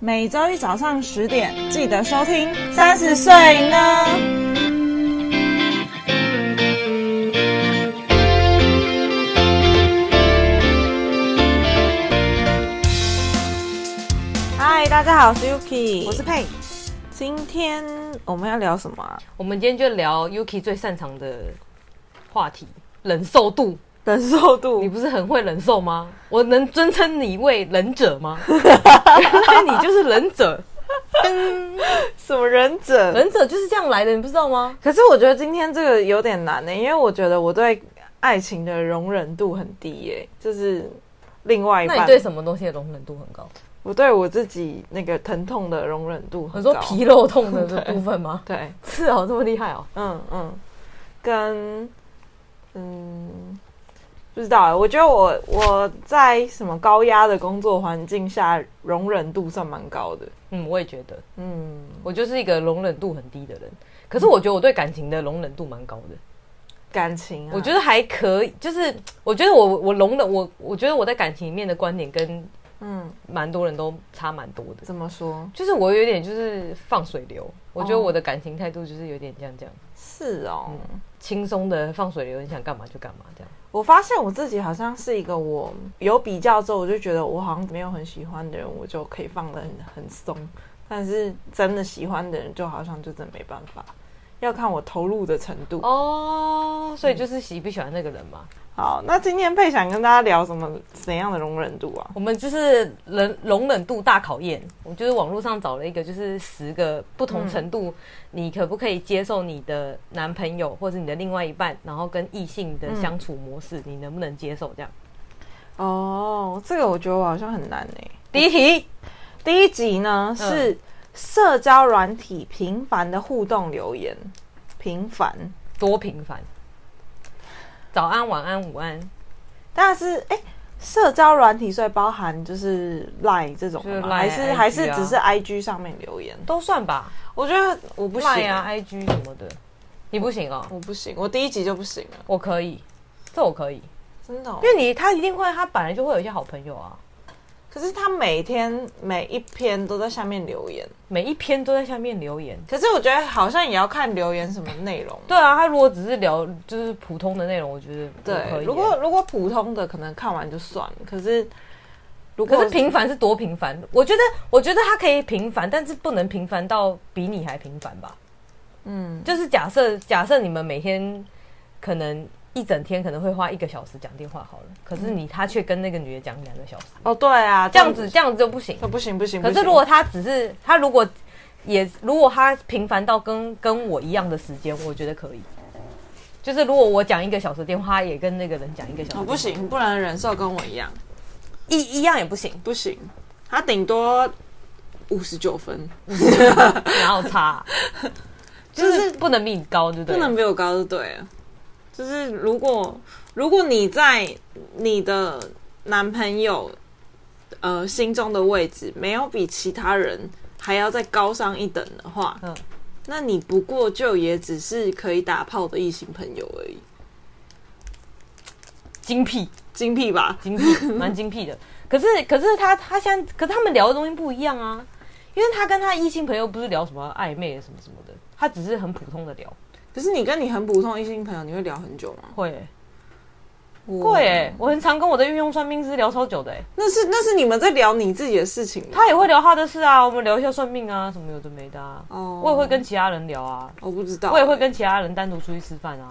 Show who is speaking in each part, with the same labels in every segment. Speaker 1: 每周一早上十点记得收听《三十岁呢》。嗨，大家好，我是 Yuki，
Speaker 2: 我是佩。
Speaker 1: 今天我们要聊什么啊？
Speaker 2: 我们今天就聊 Yuki 最擅长的话题——忍受度。
Speaker 1: 忍受度
Speaker 2: 你不是很会忍受吗？我能尊称你为忍者 吗？原来你就是忍者，
Speaker 1: 什么忍者？
Speaker 2: 忍者就是这样来的，你不知道吗？
Speaker 1: 可是我觉得今天这个有点难呢、欸因为我觉得我对爱情的容忍度很低耶、就是另外一
Speaker 2: 那你
Speaker 1: 半。
Speaker 2: 对什么东西的容忍度很高？
Speaker 1: 我对我自己那个疼痛的容忍度很
Speaker 2: 你
Speaker 1: 高。
Speaker 2: 说皮肉痛的这部分 吗？
Speaker 1: 对，
Speaker 2: 是哦，这么厉害哦。
Speaker 1: 嗯嗯，跟嗯，不知道欸，我觉得我我在什么高压的工作环境下，容忍度算蛮高的。
Speaker 2: 嗯，我也觉得，
Speaker 1: 嗯，
Speaker 2: 我就是一个容忍度很低的人。可是我觉得我对感情的容忍度蛮高的。
Speaker 1: 感情、啊，
Speaker 2: 我觉得还可以，就是我觉得我我容忍我，我觉得我在感情里面的观点跟
Speaker 1: 嗯，
Speaker 2: 蛮多人都差蛮多的，
Speaker 1: 怎么说？
Speaker 2: 就是我有点就是放水流，我觉得我的感情态度就是有点这样这样，
Speaker 1: 是哦。
Speaker 2: 嗯轻松的放水流，你想干嘛就干嘛这样。
Speaker 1: 我发现我自己好像是一个我有比较之后，我就觉得我好像没有很喜欢的人，我就可以放得很很松；但是真的喜欢的人，就好像就真的没办法，要看我投入的程度。
Speaker 2: 哦，所以就是喜不喜欢那个人嘛。
Speaker 1: 好，那今天佩想跟大家聊什么怎样的容忍度啊？
Speaker 2: 我们就是忍容忍度大考验，我就是网络上找了一个，就是十个不同程度，你可不可以接受你的男朋友或者你的另外一半，然后跟异性的相处模式，你能不能接受这样？
Speaker 1: 哦，这个我觉得我好像很难诶、
Speaker 2: 第一题，
Speaker 1: 第一集呢
Speaker 2: 嗯
Speaker 1: 是社交软体频繁的互动留言，频繁，
Speaker 2: 多频繁？早安、晚安、午安，
Speaker 1: 但是哎、诶社交软体所以包含就是 Line 这种的吗
Speaker 2: 就是 Line
Speaker 1: 还是、
Speaker 2: IG 啊
Speaker 1: 还是只是 IG 上面留言？
Speaker 2: 都算吧。
Speaker 1: 我觉得我不行、
Speaker 2: Line 啊、IG 什么的，你不行哦，
Speaker 1: 我不行，我第一集就不行了，
Speaker 2: 我可以，这我可以，
Speaker 1: 真的哦、
Speaker 2: 因为你他一定会，他本来就会有一些好朋友啊，
Speaker 1: 可是他每天每一篇都在下面留言，
Speaker 2: 每一篇都在下面留言。
Speaker 1: 可是我觉得好像也要看留言什么内容。
Speaker 2: 对啊，他如果只是聊就是普通的内容，我觉得我
Speaker 1: 对，
Speaker 2: 可以耶。
Speaker 1: 如果如果普通的可能看完就算了，可是如
Speaker 2: 可
Speaker 1: 果
Speaker 2: 是频繁是多频繁？我觉得，我觉得他可以频繁，但是不能频繁到比你还频繁吧。
Speaker 1: 嗯
Speaker 2: 就是假设，假设你们每天可能一整天可能会花一个小时讲电话好了，可是你他却跟那个女的讲两个小时，
Speaker 1: 哦对啊，
Speaker 2: 这样子这样子就不行。
Speaker 1: 那不行不行。
Speaker 2: 可
Speaker 1: 不
Speaker 2: 是
Speaker 1: 行
Speaker 2: 如果他只是他如果也如果他频繁到跟跟我一样的时间，我觉得可以。就是如果我讲一个小时电话，他也跟那个人讲一个小时电话，
Speaker 1: 哦不行，不能忍受跟我一样，
Speaker 2: 一一样也不行，
Speaker 1: 不行，他顶多五十九分，
Speaker 2: 哪有差啊、就是不能比你高，对不对？
Speaker 1: 不能比我高就对了。就是如果如果你在你的男朋友呃心中的位置没有比其他人还要再高上一等的话，
Speaker 2: 嗯
Speaker 1: 那你不过就也只是可以打炮的异性朋友而已，
Speaker 2: 精辟，
Speaker 1: 精辟吧？
Speaker 2: 精辟，蛮精辟的。可是可是他他现在，可是他们聊的东西不一样啊，因为他跟他异性朋友不是聊什么暧昧什么什么的，他只是很普通的聊，
Speaker 1: 可是你跟你很普通的异性朋友，你会聊很久吗？
Speaker 2: 会、欸、会、
Speaker 1: 哎，
Speaker 2: 欸，我很常跟我的运用算命师聊超久的、欸，
Speaker 1: 那是那是你们在聊你自己的事情吧，
Speaker 2: 他也会聊他的事啊，我们聊一下算命啊，什么有的没的啊。
Speaker 1: 哦
Speaker 2: 我也会跟其他人聊啊，
Speaker 1: 我不知道，欸
Speaker 2: 我也会跟其他人单独出去吃饭啊。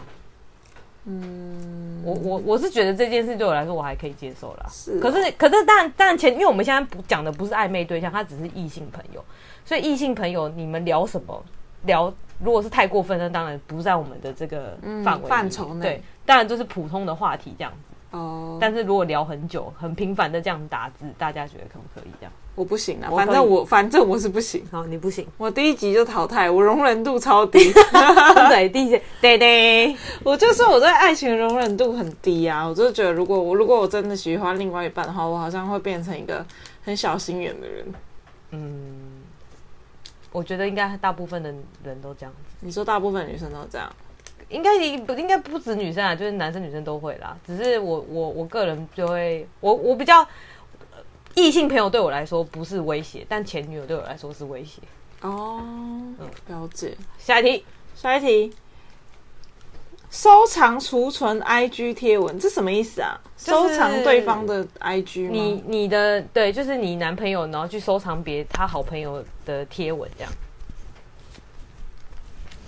Speaker 1: 嗯
Speaker 2: 我我我是觉得这件事对我来说我还可以接受啦。
Speaker 1: 是哦
Speaker 2: 可是可是但但前，因为我们现在不讲的不是暧昧对象，他只是异性朋友，所以异性朋友你们聊什么聊，如果是太过分，那当然不在我们的这个
Speaker 1: 嗯
Speaker 2: 范围里面、
Speaker 1: 范畴内
Speaker 2: 对，当然就是普通的话题这样子。
Speaker 1: 哦，
Speaker 2: 但是如果聊很久、很频繁的这样打字，大家觉得可不可以这样？
Speaker 1: 我不行啊，
Speaker 2: 我
Speaker 1: 反
Speaker 2: 可
Speaker 1: 正
Speaker 2: 以
Speaker 1: 我反正我是不行。
Speaker 2: 好，你不行。
Speaker 1: 我第一集就淘汰，我容忍度超低。
Speaker 2: 对，第一件， 对对。
Speaker 1: 我就说我对爱情的容忍度很低啊，我就觉得如果我如果我真的喜欢另外一半的话，我好像会变成一个很小心眼的人。
Speaker 2: 嗯，我觉得应该大部分的人都这样子，
Speaker 1: 你说大部分女生都这样，
Speaker 2: 应该不应该不止女生啊，就是男生女生都会啦。只是我我我个人就会，我我比较呃异性朋友对我来说不是威胁，但前女友对我来说是威胁。
Speaker 1: 哦，了解。
Speaker 2: 下一题，
Speaker 1: 下一题，收藏储存 IG 贴文，这什么意思啊？
Speaker 2: 就是
Speaker 1: 收藏对方的 IG 吗
Speaker 2: 你你的对，就是你男朋友，然后去收藏别他好朋友的贴文这样。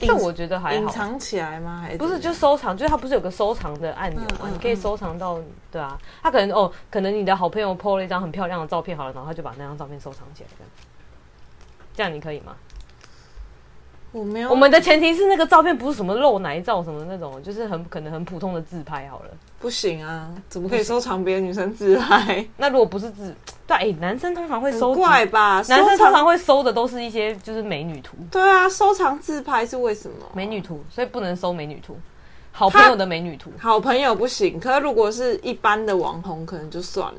Speaker 1: 隐
Speaker 2: 这我觉得还
Speaker 1: 隐
Speaker 2: 好，
Speaker 1: 藏起来吗？还是
Speaker 2: 不是
Speaker 1: 怎
Speaker 2: 就
Speaker 1: 么样
Speaker 2: 收藏，就是它不是有个收藏的按钮嘛？
Speaker 1: 嗯嗯
Speaker 2: 你可以收藏到，对啊，他可能哦，可能你的好朋友 PO 了一张很漂亮的照片，好了，然后他就把那张照片收藏起来，这样，这样你可以吗？
Speaker 1: 我没有，
Speaker 2: 我们的前提是那个照片不是什么露奶照什么那种，就是很可能很普通的自拍好了。
Speaker 1: 不行啊，怎么可以收藏别的女生自 拍？
Speaker 2: 那如果不是自，对啊，哎、男生通常会收
Speaker 1: 很
Speaker 2: 集，
Speaker 1: 怪吧？
Speaker 2: 男生
Speaker 1: 收
Speaker 2: 通
Speaker 1: 藏
Speaker 2: 常会收的都是一些就是美女图，
Speaker 1: 对啊，收藏自拍是为什么？
Speaker 2: 美女图，所以不能收美女图，好朋友的美女图。
Speaker 1: 好朋友不行，可是如果是一般的网红，可能就算了，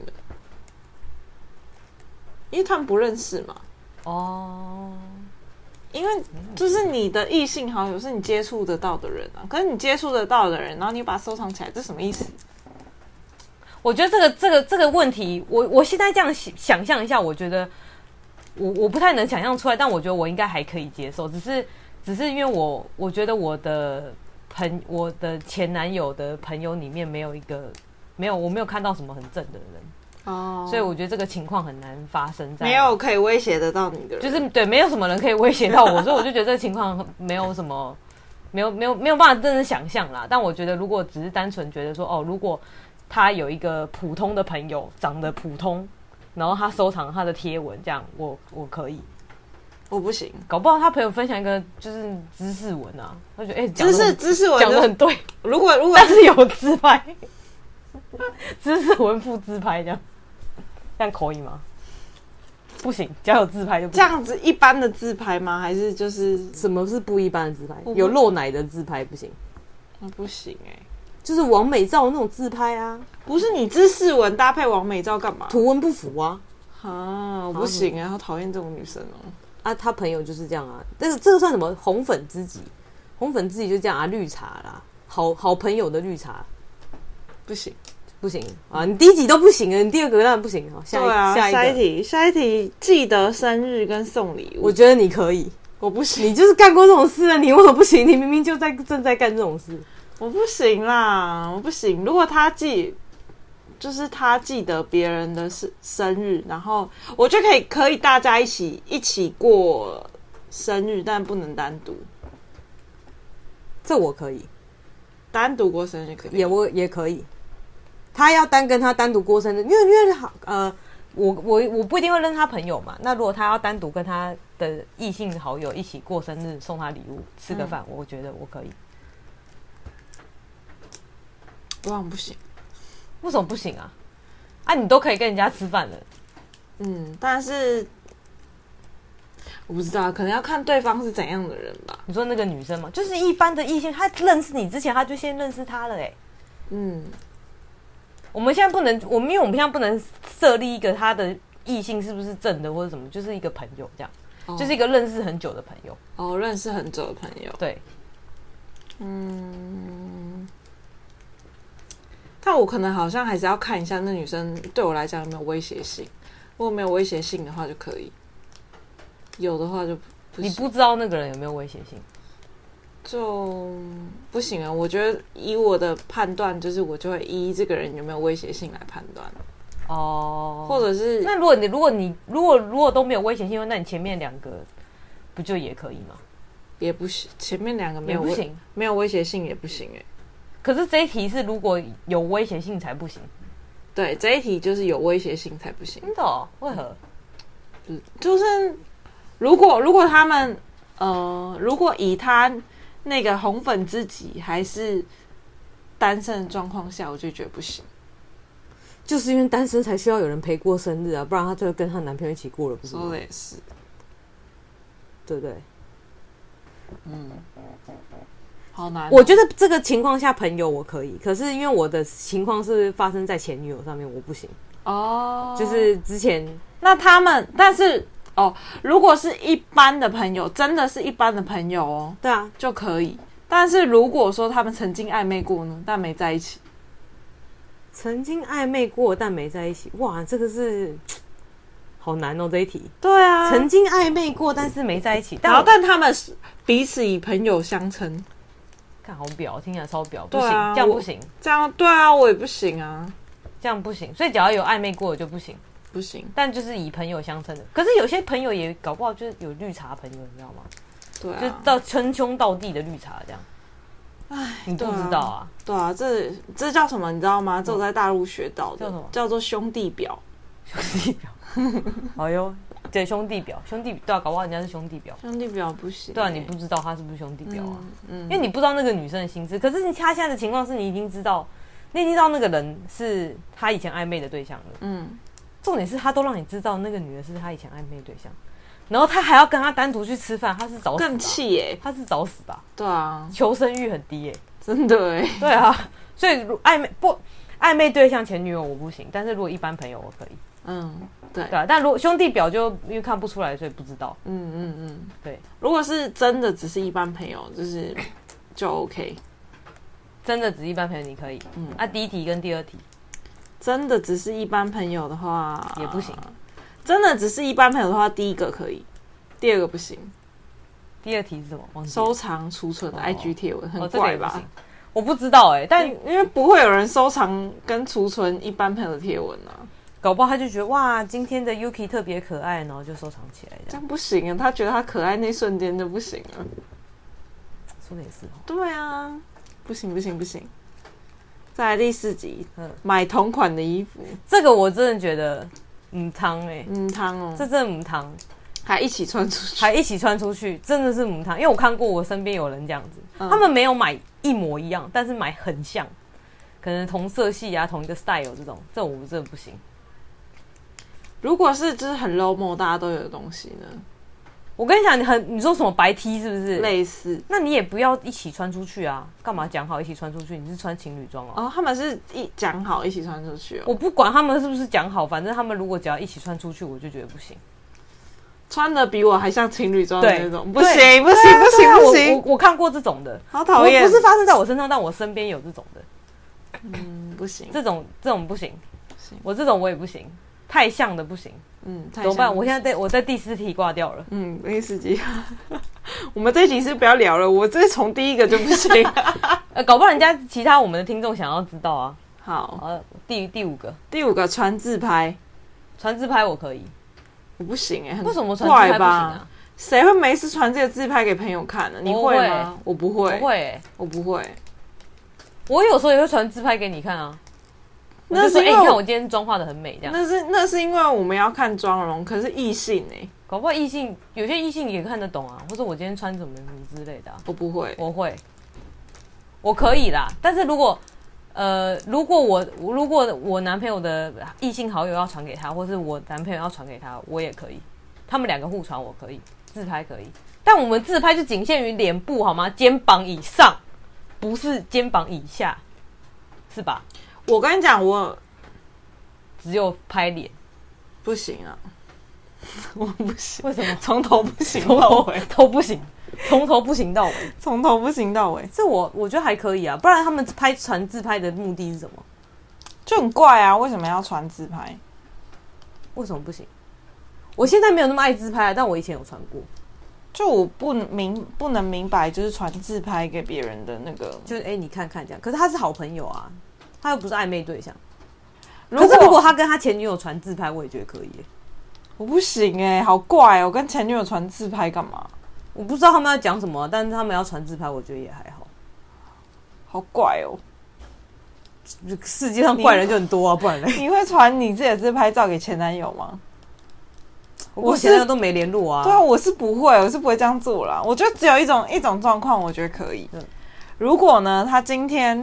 Speaker 1: 因为他们不认识嘛。
Speaker 2: 哦，
Speaker 1: 因为就是你的异性好友是你接触得到的人啊，可是你接触得到的人，然后你把它收藏起来，这什么意思？
Speaker 2: 我觉得这个这个这个问题，我我现在这样想想象一下，我觉得我我不太能想象出来，但我觉得我应该还可以接受，只是只是因为我我觉得我的朋我的前男友的朋友里面没有一个没有我没有看到什么很正的人，
Speaker 1: 哦，
Speaker 2: 所以我觉得这个情况很难发生在
Speaker 1: 没有可以威胁得到你的人，
Speaker 2: 就是对，没有什么人可以威胁到 我，所以我就觉得这个情况没有什么，没有没有没有办法真的想象啦。但我觉得，如果只是单纯觉得说，哦，如果他有一个普通的朋友，长得普通，然后他收藏他的贴文，这样我我可以。
Speaker 1: 我不行，
Speaker 2: 搞不好他朋友分享一个就是知识文啊，他觉得哎，讲
Speaker 1: 知
Speaker 2: 得
Speaker 1: 识
Speaker 2: 很
Speaker 1: 知识我
Speaker 2: 讲的很
Speaker 1: 就
Speaker 2: 对，
Speaker 1: 如果如果
Speaker 2: 但是有自拍， 知识文附自拍这样，这样可以吗？不行，只要有自拍就不
Speaker 1: 这
Speaker 2: 行。
Speaker 1: 样子一般的自拍吗？还是就是
Speaker 2: 什么是不一般的自拍
Speaker 1: 我？不
Speaker 2: 有露奶的自拍不行，
Speaker 1: 啊不行哎、
Speaker 2: 就是完美照那种自拍啊，
Speaker 1: 不是你知识文搭配完美照干嘛？
Speaker 2: 图文不符啊。
Speaker 1: 啊，我不行啊，好讨厌这种女生哦、
Speaker 2: 啊，他朋友就是这样啊。但是这个算什么红粉知己？红粉知己就这样啊，绿茶啦，好好朋友的绿茶
Speaker 1: 不行。
Speaker 2: 不行啊。你第一集都不行了，你第二个当然不行啊。下一、
Speaker 1: 对啊，
Speaker 2: 下一个
Speaker 1: 一题，下一题，记得生日跟送礼物
Speaker 2: 我，觉得你可以，
Speaker 1: 我不行，
Speaker 2: 你就是干过这种事啊了，你为什么不行？你明明就在正在干这种事。
Speaker 1: 我不行啦，我不行。如果他记，就是他记得别人的生生日，然后我就可以可以大家一起一起过生日，但不能单独。
Speaker 2: 这我可以，
Speaker 1: 单独过生日可以
Speaker 2: 也我也可以。他要单跟他单独过生日，因为因为好呃，我我我不一定会认他朋友嘛。那如果他要单独跟他的异性好友一起过生日，送他礼物，吃个
Speaker 1: 嗯
Speaker 2: 饭，我觉得我可以。
Speaker 1: 我好像不行。
Speaker 2: 为什么不行啊？啊，你都可以跟人家吃饭了，
Speaker 1: 嗯，但是我不知道，可能要看对方是怎样的人吧。
Speaker 2: 你说那个女生嘛，就是一般的异性，他认识你之前，他就先认识他了、欸，哎。
Speaker 1: 嗯，
Speaker 2: 我们现在不能，我们因为我们现在不能设立一个他的异性是不是正的或者什么，就是一个朋友这样，
Speaker 1: 哦
Speaker 2: 就是一个认识很久的朋友。
Speaker 1: 哦，认识很久的朋友，
Speaker 2: 对，
Speaker 1: 嗯，但我可能好像还是要看一下那女生对我来讲有没有威胁性。如果没有威胁性的话就可以，有的话就不
Speaker 2: 你
Speaker 1: 行
Speaker 2: 不知道那个人有没有威胁性。
Speaker 1: 就不行啊。我觉得以我的判断，就是我就会依这个人有没有威胁性来判断，
Speaker 2: 哦，
Speaker 1: 或者是
Speaker 2: 那如果你如果你如果如果都没有危险性，那你前面两个不就也可以吗？
Speaker 1: 也不行，前面两个没
Speaker 2: 也
Speaker 1: 有
Speaker 2: 不
Speaker 1: 威
Speaker 2: 行。
Speaker 1: 没有威胁性也不行哎、
Speaker 2: 可是这一题是如果有危险性才不行，
Speaker 1: 对，这一题就是有威胁性才不行。
Speaker 2: 真的、哦？为何？
Speaker 1: 嗯就是如果如果他们呃，如果以他那个红粉知己还是单身的状况下，我就觉得不行。
Speaker 2: 就是因为单身才需要有人陪过生日啊，不然她就跟她男朋友一起过了，不
Speaker 1: 说的也是，
Speaker 2: 对不对？
Speaker 1: 嗯好难哦。
Speaker 2: 我觉得这个情况下朋友我可以，可是因为我的情况是发生在前女友上面，我不行。
Speaker 1: 哦，
Speaker 2: 就是之前
Speaker 1: 那他们，但是哦，如果是一般的朋友，真的是一般的朋友哦，
Speaker 2: 对啊，
Speaker 1: 就可以。但是如果说他们曾经暧昧过呢，但没在一起，
Speaker 2: 曾经暧昧过但没在一起，哇，这个是好难哦这一题。
Speaker 1: 对啊，
Speaker 2: 曾经暧昧过，但是没在一起，但
Speaker 1: 然后
Speaker 2: 我
Speaker 1: 但他们是彼此以朋友相称，
Speaker 2: 看好表，听起来超表，不
Speaker 1: 对
Speaker 2: 行，
Speaker 1: 啊
Speaker 2: 这样
Speaker 1: 我
Speaker 2: 不行，
Speaker 1: 这样对啊，我也不行啊，
Speaker 2: 这样不行。所以只要有暧昧过的就不行，
Speaker 1: 不行，
Speaker 2: 但就是以朋友相称的。可是有些朋友也搞不好就是有绿茶朋友，你知道吗？
Speaker 1: 对啊，
Speaker 2: 就到称兄道弟的绿茶这样。唉，你不
Speaker 1: 对啊
Speaker 2: 知道啊？
Speaker 1: 对啊，这这叫什么？你知道吗？这我在大陆学到的，
Speaker 2: 叫什么
Speaker 1: 叫做兄弟表。啊
Speaker 2: 兄弟表， 哎呦，对，兄弟表，兄弟对啊，搞不好人家是兄弟表，
Speaker 1: 兄弟表不行、
Speaker 2: 对啊，你不知道他是不是兄弟表啊，
Speaker 1: 嗯，嗯，
Speaker 2: 因为你不知道那个女生的心思。可是你他现在的情况是你已经知道，你已经知道那个人是他以前暧昧的对象了。
Speaker 1: 嗯，
Speaker 2: 重点是他都让你知道那个女的是他以前暧昧的对象，然后他还要跟他单独去吃饭，他是找死吧
Speaker 1: 更气耶、
Speaker 2: 他是找死吧？
Speaker 1: 对啊，
Speaker 2: 求生欲很低耶、
Speaker 1: 真的哎、
Speaker 2: 对啊，所以如暧昧不暧昧对象前女友我不行，但是如果一般朋友我可以，
Speaker 1: 嗯，对，
Speaker 2: 对啊。但如果兄弟表就因为看不出来，所以不知道。
Speaker 1: 嗯嗯嗯，
Speaker 2: 对，
Speaker 1: 如果是真的只是一般朋友，就是 就 OK，
Speaker 2: 真的只一般朋友你可以，
Speaker 1: 嗯
Speaker 2: 嗯啊，第一题跟第二题
Speaker 1: 真的只是一般朋友的话
Speaker 2: 也不行，
Speaker 1: 真的只是一般朋友的话，第一个可以，第二个不行，
Speaker 2: 第二题是什么？忘记了
Speaker 1: 收藏储存的
Speaker 2: 哦
Speaker 1: IG 贴文、
Speaker 2: 哦
Speaker 1: 很
Speaker 2: 这个
Speaker 1: 怪
Speaker 2: 也不
Speaker 1: 吧？
Speaker 2: 行，我不知道哎、
Speaker 1: 但
Speaker 2: 但
Speaker 1: 因为不会有人收藏跟储存一般朋友的贴文啊，
Speaker 2: 搞不好他就觉得哇，今天的 Yuki 特别可爱，然后就收藏起来这
Speaker 1: 这
Speaker 2: 样。
Speaker 1: 样不行啊。他觉得他可爱那瞬间就不行了。
Speaker 2: 说的也是哦，
Speaker 1: 对啊，不行不行不行。再来第四集，
Speaker 2: 嗯
Speaker 1: 买同款的衣服，
Speaker 2: 这个我真的觉得母汤哎，
Speaker 1: 嗯，汤哦，
Speaker 2: 这真的母汤，
Speaker 1: 还一起穿出去，
Speaker 2: 还一起穿出去，真的是母汤。因为我看过我身边有人这样子，
Speaker 1: 嗯
Speaker 2: 他们没有买一模一样，但是买很像，可能同色系啊，同一个 style 这种，这种我真的不行。
Speaker 1: 如果是就是很 low mo 大家都有的东西呢，
Speaker 2: 我跟你讲，你很你说什么白 T 是不是？
Speaker 1: 类似
Speaker 2: 那你也不要一起穿出去啊，干嘛讲好一起穿出去？你是穿情侣装哦。
Speaker 1: 哦，他们是一讲好一起穿出去哦，
Speaker 2: 我不管他们是不是讲好，反正他们如果只要一起穿出去，我就觉得不行。
Speaker 1: 穿的比我还像情侣装的
Speaker 2: 对
Speaker 1: 哦那种，
Speaker 2: 对
Speaker 1: 不行不
Speaker 2: 对
Speaker 1: 行
Speaker 2: 啊
Speaker 1: 不
Speaker 2: 对啊
Speaker 1: 行不
Speaker 2: 我
Speaker 1: 行，
Speaker 2: 我我看过这种的，
Speaker 1: 好讨厌，
Speaker 2: 我不是发生在我身上，但我身边有这种的，
Speaker 1: 嗯不行，
Speaker 2: 这种这种不行
Speaker 1: 行，
Speaker 2: 我这种我也不行，太像的不行，
Speaker 1: 嗯，太
Speaker 2: 怎么
Speaker 1: 像
Speaker 2: 办？
Speaker 1: 了
Speaker 2: 我现在在我在第四题挂掉了，
Speaker 1: 嗯，第四集， 我们这一集是不要聊了，我这从第一个就不 行。
Speaker 2: 呃，搞不好人家其他我们的听众想要知道啊。
Speaker 1: 好，
Speaker 2: 呃，第第五个
Speaker 1: 第五个传自拍，
Speaker 2: 传自拍我可以，
Speaker 1: 我不行哎、很
Speaker 2: 为什么传自拍
Speaker 1: 怪
Speaker 2: 不行
Speaker 1: 吧
Speaker 2: 啊？？
Speaker 1: 谁会没事传这个自拍给朋友看呢？你
Speaker 2: 我会
Speaker 1: 吗？我不
Speaker 2: 不
Speaker 1: 会，
Speaker 2: 会欸、
Speaker 1: 我不会。
Speaker 2: 我有时候也会传自拍给你看啊。我
Speaker 1: 那
Speaker 2: 就是说，
Speaker 1: 因
Speaker 2: 哎、
Speaker 1: 为
Speaker 2: 你看
Speaker 1: 我
Speaker 2: 我今天妆化的很美，这样。
Speaker 1: 那是那是因为我们要看妆容，可是异性哎、
Speaker 2: 搞不好异性有些异性也看得懂啊，或者我今天穿什么什么之类的啊、
Speaker 1: 我不会。
Speaker 2: 我会，我可以啦。但是如果呃，如果我如果我男朋友的异性好友要传给他，或是我男朋友要传给他，我也可以。他们两个互传，我可以自拍可以，但我们自拍就仅限于脸部好吗？肩膀以上，不是肩膀以下，是吧？
Speaker 1: 我跟你讲，我
Speaker 2: 只有拍脸，
Speaker 1: 不行 啊，我不行，
Speaker 2: 为什么
Speaker 1: 从头不行
Speaker 2: 从
Speaker 1: 到
Speaker 2: 头
Speaker 1: 尾，
Speaker 2: 都不行，从头不行到尾？
Speaker 1: 从头不行到尾，
Speaker 2: 这我我觉得还可以啊，不然他们拍传自拍的目的是什么？
Speaker 1: 就很怪啊！为什么要传自拍？
Speaker 2: 为什么不行？我现在没有那么爱自拍啊，但我以前有传过，
Speaker 1: 就我不明不能明白，就是传自拍给别人的那个。
Speaker 2: 就是哎、你看看这样。可是他是好朋友啊，他又不是暧昧对象。
Speaker 1: 如
Speaker 2: 可是如果他跟他前女友传自拍，我也觉得可以耶、
Speaker 1: 我不行哎、好怪哦、我跟前女友传自拍干嘛？
Speaker 2: 我不知道他们要讲什么啊，但是他们要传自拍，我觉得也还好。
Speaker 1: 好怪哦、
Speaker 2: 这世界上怪人就很多啊，不然嘞，
Speaker 1: 你会传你自己的自拍照给前男友吗？
Speaker 2: 我
Speaker 1: 是
Speaker 2: 前男友都没联络啊。
Speaker 1: 对啊，我是不会，我是不会这样做啦。我觉得只有一种一种状况，我觉得可以
Speaker 2: 嗯。
Speaker 1: 如果呢，他今天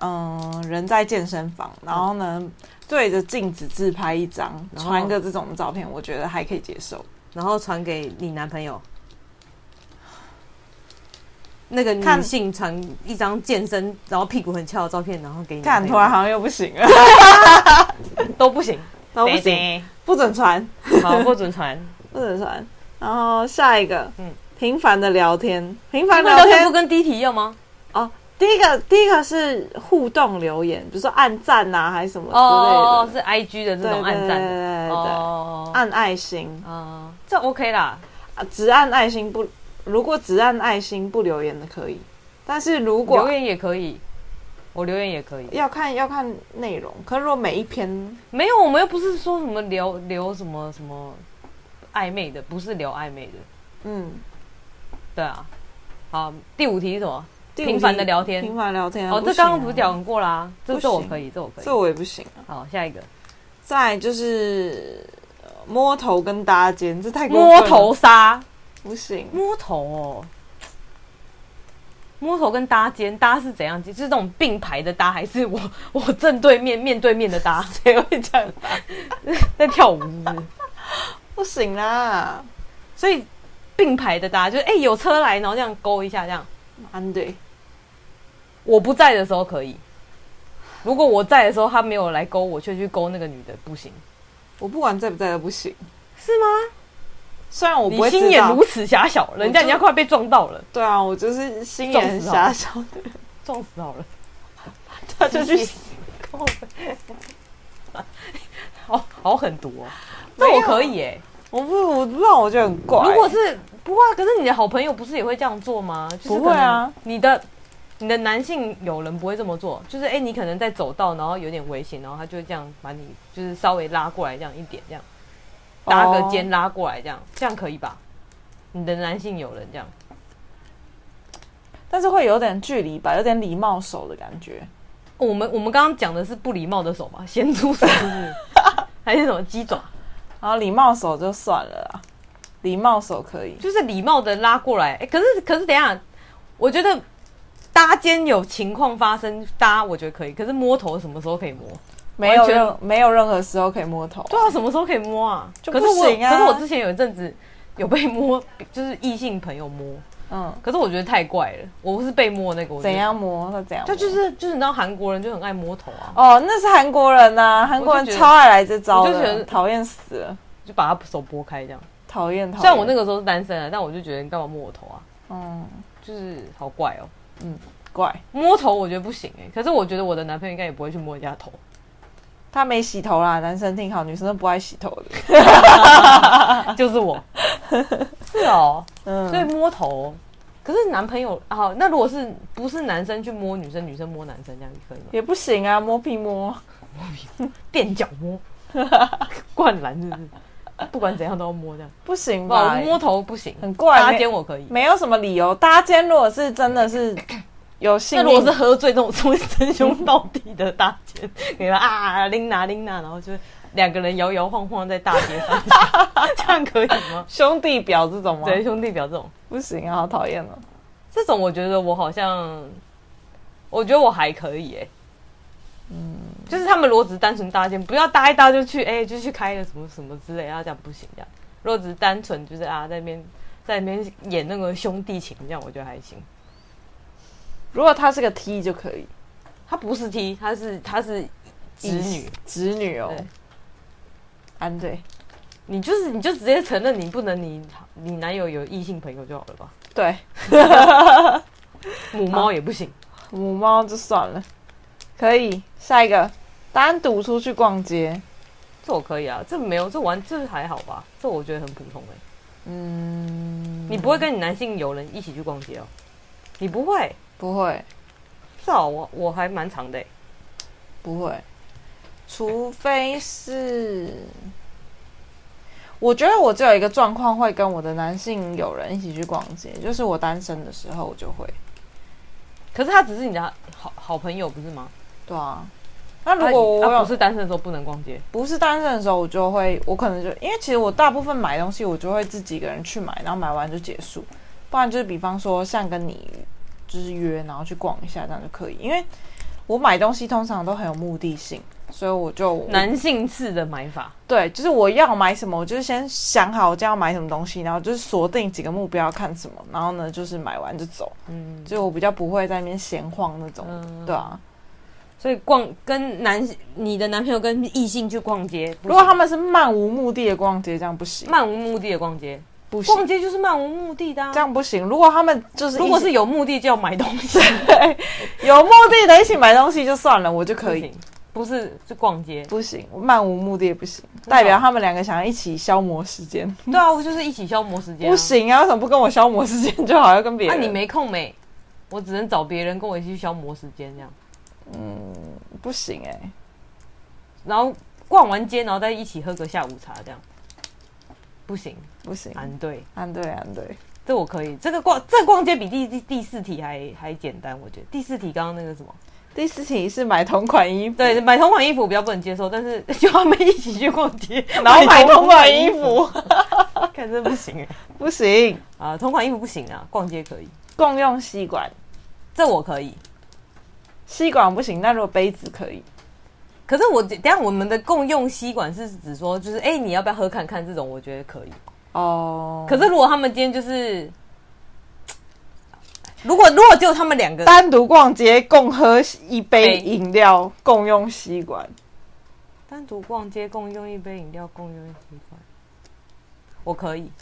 Speaker 1: 嗯、人在健身房，然后呢对着镜子自拍一张，
Speaker 2: 嗯然后嗯
Speaker 1: 传个这种照片，我觉得还可以接受。
Speaker 2: 然后传给你男朋友，那个
Speaker 1: 看
Speaker 2: 女性传一张健身，然后屁股很翘的照片，然后给你男
Speaker 1: 看，
Speaker 2: 朋友
Speaker 1: 突然好像又不 行了，
Speaker 2: 都不行，
Speaker 1: 都不行，不准传。
Speaker 2: 好不准传。
Speaker 1: 不准传。然后下一个，嗯
Speaker 2: 嗯，
Speaker 1: 频繁的聊天，频繁
Speaker 2: 那
Speaker 1: 聊
Speaker 2: 聊天
Speaker 1: 天
Speaker 2: 不跟第一题一样吗？
Speaker 1: 哦，第一个第一个是互动留言，比如说按赞呐、啊，还是什么之类的，
Speaker 2: 哦，哦是 I G 的这
Speaker 1: 对
Speaker 2: 种
Speaker 1: 对
Speaker 2: 暗
Speaker 1: 对
Speaker 2: 赞
Speaker 1: 对对
Speaker 2: 的，
Speaker 1: 对
Speaker 2: 哦，
Speaker 1: 按爱心
Speaker 2: 啊，这 OK 啦，
Speaker 1: 啊，只按爱心不，如果只按爱心不留言的可以，但是如
Speaker 2: 留
Speaker 1: 果
Speaker 2: 言也可以，我留言也可以，
Speaker 1: 要看要看内容，可是如果每一篇
Speaker 2: 没有，我们又不是说什么留留什么什么暧昧的，不是留暧昧的，
Speaker 1: 嗯，
Speaker 2: 对啊。好，第五题是什么？
Speaker 1: 第五题
Speaker 2: 频繁地聊天
Speaker 1: 频繁地聊天啊，
Speaker 2: 哦，
Speaker 1: 不
Speaker 2: 这
Speaker 1: 行啊
Speaker 2: 刚刚不是，讲过啦，这
Speaker 1: 不
Speaker 2: 这我
Speaker 1: 行
Speaker 2: 可以，这我可
Speaker 1: 这
Speaker 2: 以。
Speaker 1: 我也不行啊。
Speaker 2: 好，下一个
Speaker 1: 再来就是呃摸头跟搭肩，这太过分了
Speaker 2: 摸头杀，
Speaker 1: 不行，
Speaker 2: 摸头哦，摸头跟搭肩搭是怎样？就是这种并排的搭，还是我我正对面面对面的搭？
Speaker 1: 谁会这样搭？
Speaker 2: 在跳舞是不是？
Speaker 1: 不行啦，
Speaker 2: 所以并排的搭就是哎、有车来，然后这样勾一下这样。
Speaker 1: 安对，
Speaker 2: 我不在的时候可以，如果我在的时候他没有来勾我，却去勾那个女的，不行，
Speaker 1: 我不管在不在都不行。
Speaker 2: 是吗？
Speaker 1: 虽然我不
Speaker 2: 你
Speaker 1: 会
Speaker 2: 心
Speaker 1: 知
Speaker 2: 眼
Speaker 1: 道
Speaker 2: 如，此狭小，人家
Speaker 1: 就
Speaker 2: 人家快被撞到了，
Speaker 1: 对啊，我就是心眼很狭小的人，
Speaker 2: 撞死好了，
Speaker 1: 他就 去。
Speaker 2: 勾了，好好狠毒哦。
Speaker 1: 啊
Speaker 2: 这我可以哎、
Speaker 1: 我不，我不知道，我觉得很怪。
Speaker 2: 如果是不会啊，可是你的好朋友不是也会这样做吗？就是、
Speaker 1: 不会啊，
Speaker 2: 你的你的男性友人不会这么做，就是哎、你可能在走道，然后有点危险，然后他就会这样把你就是稍微拉过来这样一点，这样搭个
Speaker 1: 哦
Speaker 2: 肩拉过来这样，这样可以吧？你的男性友人这样，
Speaker 1: 但是会有点距离吧，有点礼貌手的感觉。
Speaker 2: 哦我们我们刚刚讲的是不礼貌的手嘛，咸猪手是 不是还是什么鸡爪？
Speaker 1: 然后礼貌手就算了啦，礼貌手可以。
Speaker 2: 就是礼貌的拉过来。哎、可是可是等一下，我觉得搭肩有情况发生搭，我觉得可以。可是摸头什么时候可以摸？
Speaker 1: 没有
Speaker 2: 完全
Speaker 1: 任没有任何时候可以摸头，
Speaker 2: 对啊，什么时候可以摸啊？
Speaker 1: 就
Speaker 2: 可是
Speaker 1: 不
Speaker 2: 我
Speaker 1: 行啊
Speaker 2: 可是我之前有一阵子有被摸，就是异性朋友摸，
Speaker 1: 嗯，
Speaker 2: 可是我觉得太怪了，我不是被摸那个，我觉得
Speaker 1: 怎？样摸他怎样摸，
Speaker 2: 他就是就是你知道韩国人就很爱摸头啊，
Speaker 1: 哦，那是韩国人呐、韩国人
Speaker 2: 我就觉得
Speaker 1: 超爱来这招
Speaker 2: 我就觉
Speaker 1: 的，
Speaker 2: 得
Speaker 1: 讨厌死了，
Speaker 2: 就把他手拨开这样。
Speaker 1: 讨厌讨厌。
Speaker 2: 虽然我那个时候是单身啊，但我就觉得你干嘛摸我头啊？
Speaker 1: 嗯
Speaker 2: 就是好怪哦、
Speaker 1: 怪，
Speaker 2: 摸头我觉得不行哎、可是我觉得我的男朋友应该也不会去摸人家头。
Speaker 1: 他没洗头啦，男生听好，女生都不爱洗头的。
Speaker 2: 就 是我，是哦，
Speaker 1: 啊嗯，
Speaker 2: 所以摸头。哦可是男朋友好，那如果是不是男生去摸女生，女生摸男生这样可以吗？
Speaker 1: 也不行啊，摸屁摸，
Speaker 2: 垫脚 摸，灌篮是不是？不管怎样都要摸这样。
Speaker 1: 不行
Speaker 2: 哇，我
Speaker 1: 吧？
Speaker 2: 摸头不行，
Speaker 1: 很怪，
Speaker 2: 搭
Speaker 1: 没
Speaker 2: 肩我可以。
Speaker 1: 没有什么理由。搭肩如果是真的是有性
Speaker 2: 那
Speaker 1: 命，
Speaker 2: 如果是喝醉那种冲称兄道弟的搭 肩，你们啊拎拿拎拿，然后就两个人摇摇晃晃在大街 上，这样可以吗？
Speaker 1: 兄弟表这种吗？
Speaker 2: 对，，兄弟表这种。
Speaker 1: 不行啊，好讨厌哦。
Speaker 2: 这种我觉得我好像，我觉得我还可以哎、嗯，就是他们如果只是单纯搭肩，不要搭一搭就去哎、就去开了什么什么之类，然后这样不行这样。如果只是单纯就是啊在那边在那边演那个兄弟情这样，我觉得还行。
Speaker 1: 如果他是个 T 就可以，
Speaker 2: 他不是 T，他是他是直女，，
Speaker 1: 直女哦
Speaker 2: 对。
Speaker 1: 安对，
Speaker 2: 你就是你就直接承认你不能你你男友有异性朋友就好了吧？
Speaker 1: 对，
Speaker 2: 母猫也不行，
Speaker 1: 母猫就算了，可以下一个单独出去逛街，
Speaker 2: 这我可以啊，这没有这玩这还好吧？这我觉得很普通哎、
Speaker 1: 嗯，
Speaker 2: 你不会跟你男性友人一起去逛街哦？你不会？
Speaker 1: 不会
Speaker 2: 至少我我还蛮长的欸、
Speaker 1: 不会，除非是，我觉得我只有一个状况会跟我的男性友人一起去逛街，就是我单身的时候我就会，
Speaker 2: 可是他只是你的好好朋友不是吗？
Speaker 1: 对啊，那如果我
Speaker 2: 他他
Speaker 1: 有
Speaker 2: 啊不是单身的时候不能逛街，
Speaker 1: 不是单身的时候，我就会，我可能就因为其实我大部分买东西，我就会自己一个人去买，然后买完就结束。不然就是比方说像跟你就是约，然后去逛一下，这样就可以。因为我买东西通常都很有目的性，所以我就
Speaker 2: 男性式的买法，
Speaker 1: 对，就是我要买什么，我就是先想好我今天要买什么东西，然后就是锁定几个目标看什么，然后呢就是买完就走。
Speaker 2: 嗯，
Speaker 1: 就我比较不会在那边闲晃那种，
Speaker 2: 嗯
Speaker 1: 对啊。
Speaker 2: 所以逛跟男你的男朋友跟异性去逛街，
Speaker 1: 如果他们是漫无目的的逛街，这样不行。
Speaker 2: 漫无目的的逛街，
Speaker 1: 不行
Speaker 2: 逛，街就是漫无目的的、啊
Speaker 1: 这。样不行。如果他们就是一起
Speaker 2: 如果是有目的就要买东西，
Speaker 1: 有目的的一起买东西就算了，我就可
Speaker 2: 不
Speaker 1: 以
Speaker 2: 行。，不是是逛街。
Speaker 1: 不行，漫无目的也不行，代表他们两个想要一起消磨时间。
Speaker 2: 对啊，我就是一起消磨时 间、啊。
Speaker 1: 不，行啊，为什么不跟我消磨时间就好？要跟别
Speaker 2: 那、啊、
Speaker 1: 人？
Speaker 2: 你没空没，我只能找别人跟我一起去消磨时间这样。
Speaker 1: 不行哎、
Speaker 2: 然后逛完街，然后再一起喝个下午茶这样。不行，
Speaker 1: 不行。
Speaker 2: 安对，
Speaker 1: 安对安对，
Speaker 2: 这我可以。这个逛这逛街比第第第四题还还简单，我觉得第四题刚刚那个什么。
Speaker 1: 第四题是买同款衣服，
Speaker 2: 对，，买同款衣服比较不能接受，但是 就他们一起去逛 街，
Speaker 1: 然后买同款衣，服，
Speaker 2: 看这不行哎
Speaker 1: 不行。
Speaker 2: 啊，同款衣服不行啊，逛街可以，
Speaker 1: 共用吸管，
Speaker 2: 这我可以。
Speaker 1: 吸管不行，但如果杯子可以。
Speaker 2: 可是我等一下我们的共用吸管是指说，就是哎、你要不要喝看看这种，我觉得可以。
Speaker 1: 哦，
Speaker 2: 可是如果他们今天就是，如果如果只有他们两个，
Speaker 1: 单独逛街共喝一杯
Speaker 2: 杯
Speaker 1: 饮料，共用吸管，
Speaker 2: 单独逛街共用一杯饮料，共用一吸管，我可以，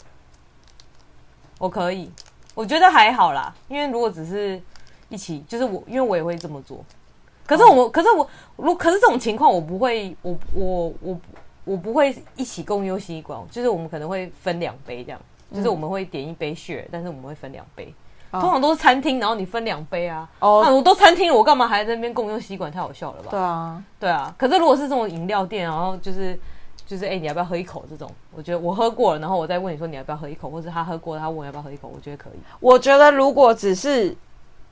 Speaker 2: 我可以，我觉得还好啦，因为如果只是一起，就是我，因为我也会这么做。可是我，可是我，如可是这种情况，我不会，我我我我不会一起共用吸管，就是我们可能会分两杯这样，就是我们会点一杯血，但是我们会分两杯。
Speaker 1: 哦
Speaker 2: 通常都是餐厅，然后你分两杯啊。
Speaker 1: 哦
Speaker 2: 哦，我都餐厅了，我干嘛还在那边共用吸管？太好笑了吧？
Speaker 1: 对啊，
Speaker 2: 对啊，可是如果是这种饮料店，然后就是就是哎、诶你要不要喝一口这种？我觉得我喝过了，然后我再问你说你要不要喝一口，或者他喝过了，他问我要不要喝一口，我觉得可以。
Speaker 1: 我觉得如果只是，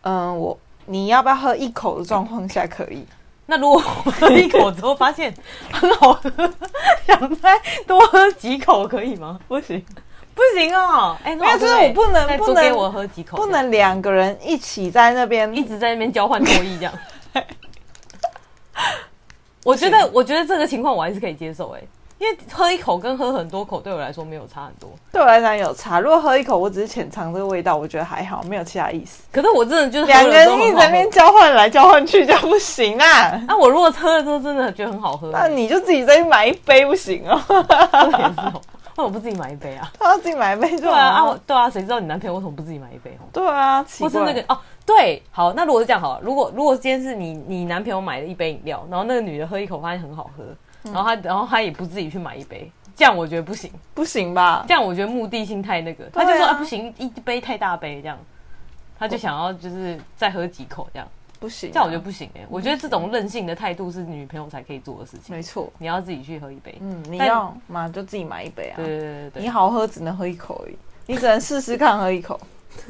Speaker 1: 嗯，我你要不要喝一口的状况下可以，
Speaker 2: 那如果我喝一口之后发现很好喝， 想再多喝 几口可以吗？
Speaker 1: 不行，
Speaker 2: 不行哦，哎、
Speaker 1: 没有就是我不能
Speaker 2: 再
Speaker 1: 不
Speaker 2: 多
Speaker 1: 能
Speaker 2: 给我喝几口，
Speaker 1: 不能两个人一起在那边
Speaker 2: 一直在那边交换脱 衣这样。我觉得，我觉得这个情况我还是可以接受哎、因为喝一口跟喝很多口对我来说没有差很多。
Speaker 1: 对我来讲有差。如果喝一口，我只是浅尝这个味道，我觉得还好，没有其他意思。
Speaker 2: 可是我真的就是喝了
Speaker 1: 两个人
Speaker 2: 之后
Speaker 1: 一
Speaker 2: 很
Speaker 1: 直
Speaker 2: 好
Speaker 1: 在那
Speaker 2: 喝
Speaker 1: 边交换来交换去，这样不行啊。
Speaker 2: 那、我如果喝了之后真的觉得很好喝，
Speaker 1: 那你就自己再去买一杯不行哦，
Speaker 2: 那也是哦。那我不自己买一杯啊？
Speaker 1: 他要自己买一杯就
Speaker 2: 对
Speaker 1: 好
Speaker 2: 啊，啊
Speaker 1: 了
Speaker 2: 我对啊，谁知道你男朋友为什么不自己买一杯哦？
Speaker 1: 对啊，奇
Speaker 2: 或
Speaker 1: 怪
Speaker 2: 是那个哦，对，好，那如果是这样好了，如果如果今天是你你男朋友买了一杯饮料，然后那个女的喝一口发现很好喝，
Speaker 1: 嗯
Speaker 2: 然后她然后她也不自己去买一杯，这样我觉得不行，
Speaker 1: 不行吧？
Speaker 2: 这样我觉得目的性太那个，
Speaker 1: 对啊
Speaker 2: 她就说啊不行，一杯太大杯这样，她就想要就是再喝几口这样，
Speaker 1: 不行啊、
Speaker 2: 这样我觉得不行哎、我觉得这种任性的态度是女朋友才可以做的事情，
Speaker 1: 没错。
Speaker 2: 你要自己去喝一杯，
Speaker 1: 嗯，你
Speaker 2: 但
Speaker 1: 要嘛就自己买一杯啊
Speaker 2: 对。对对对对，
Speaker 1: 你好喝只能喝一口而已，你只能试试看喝一 口，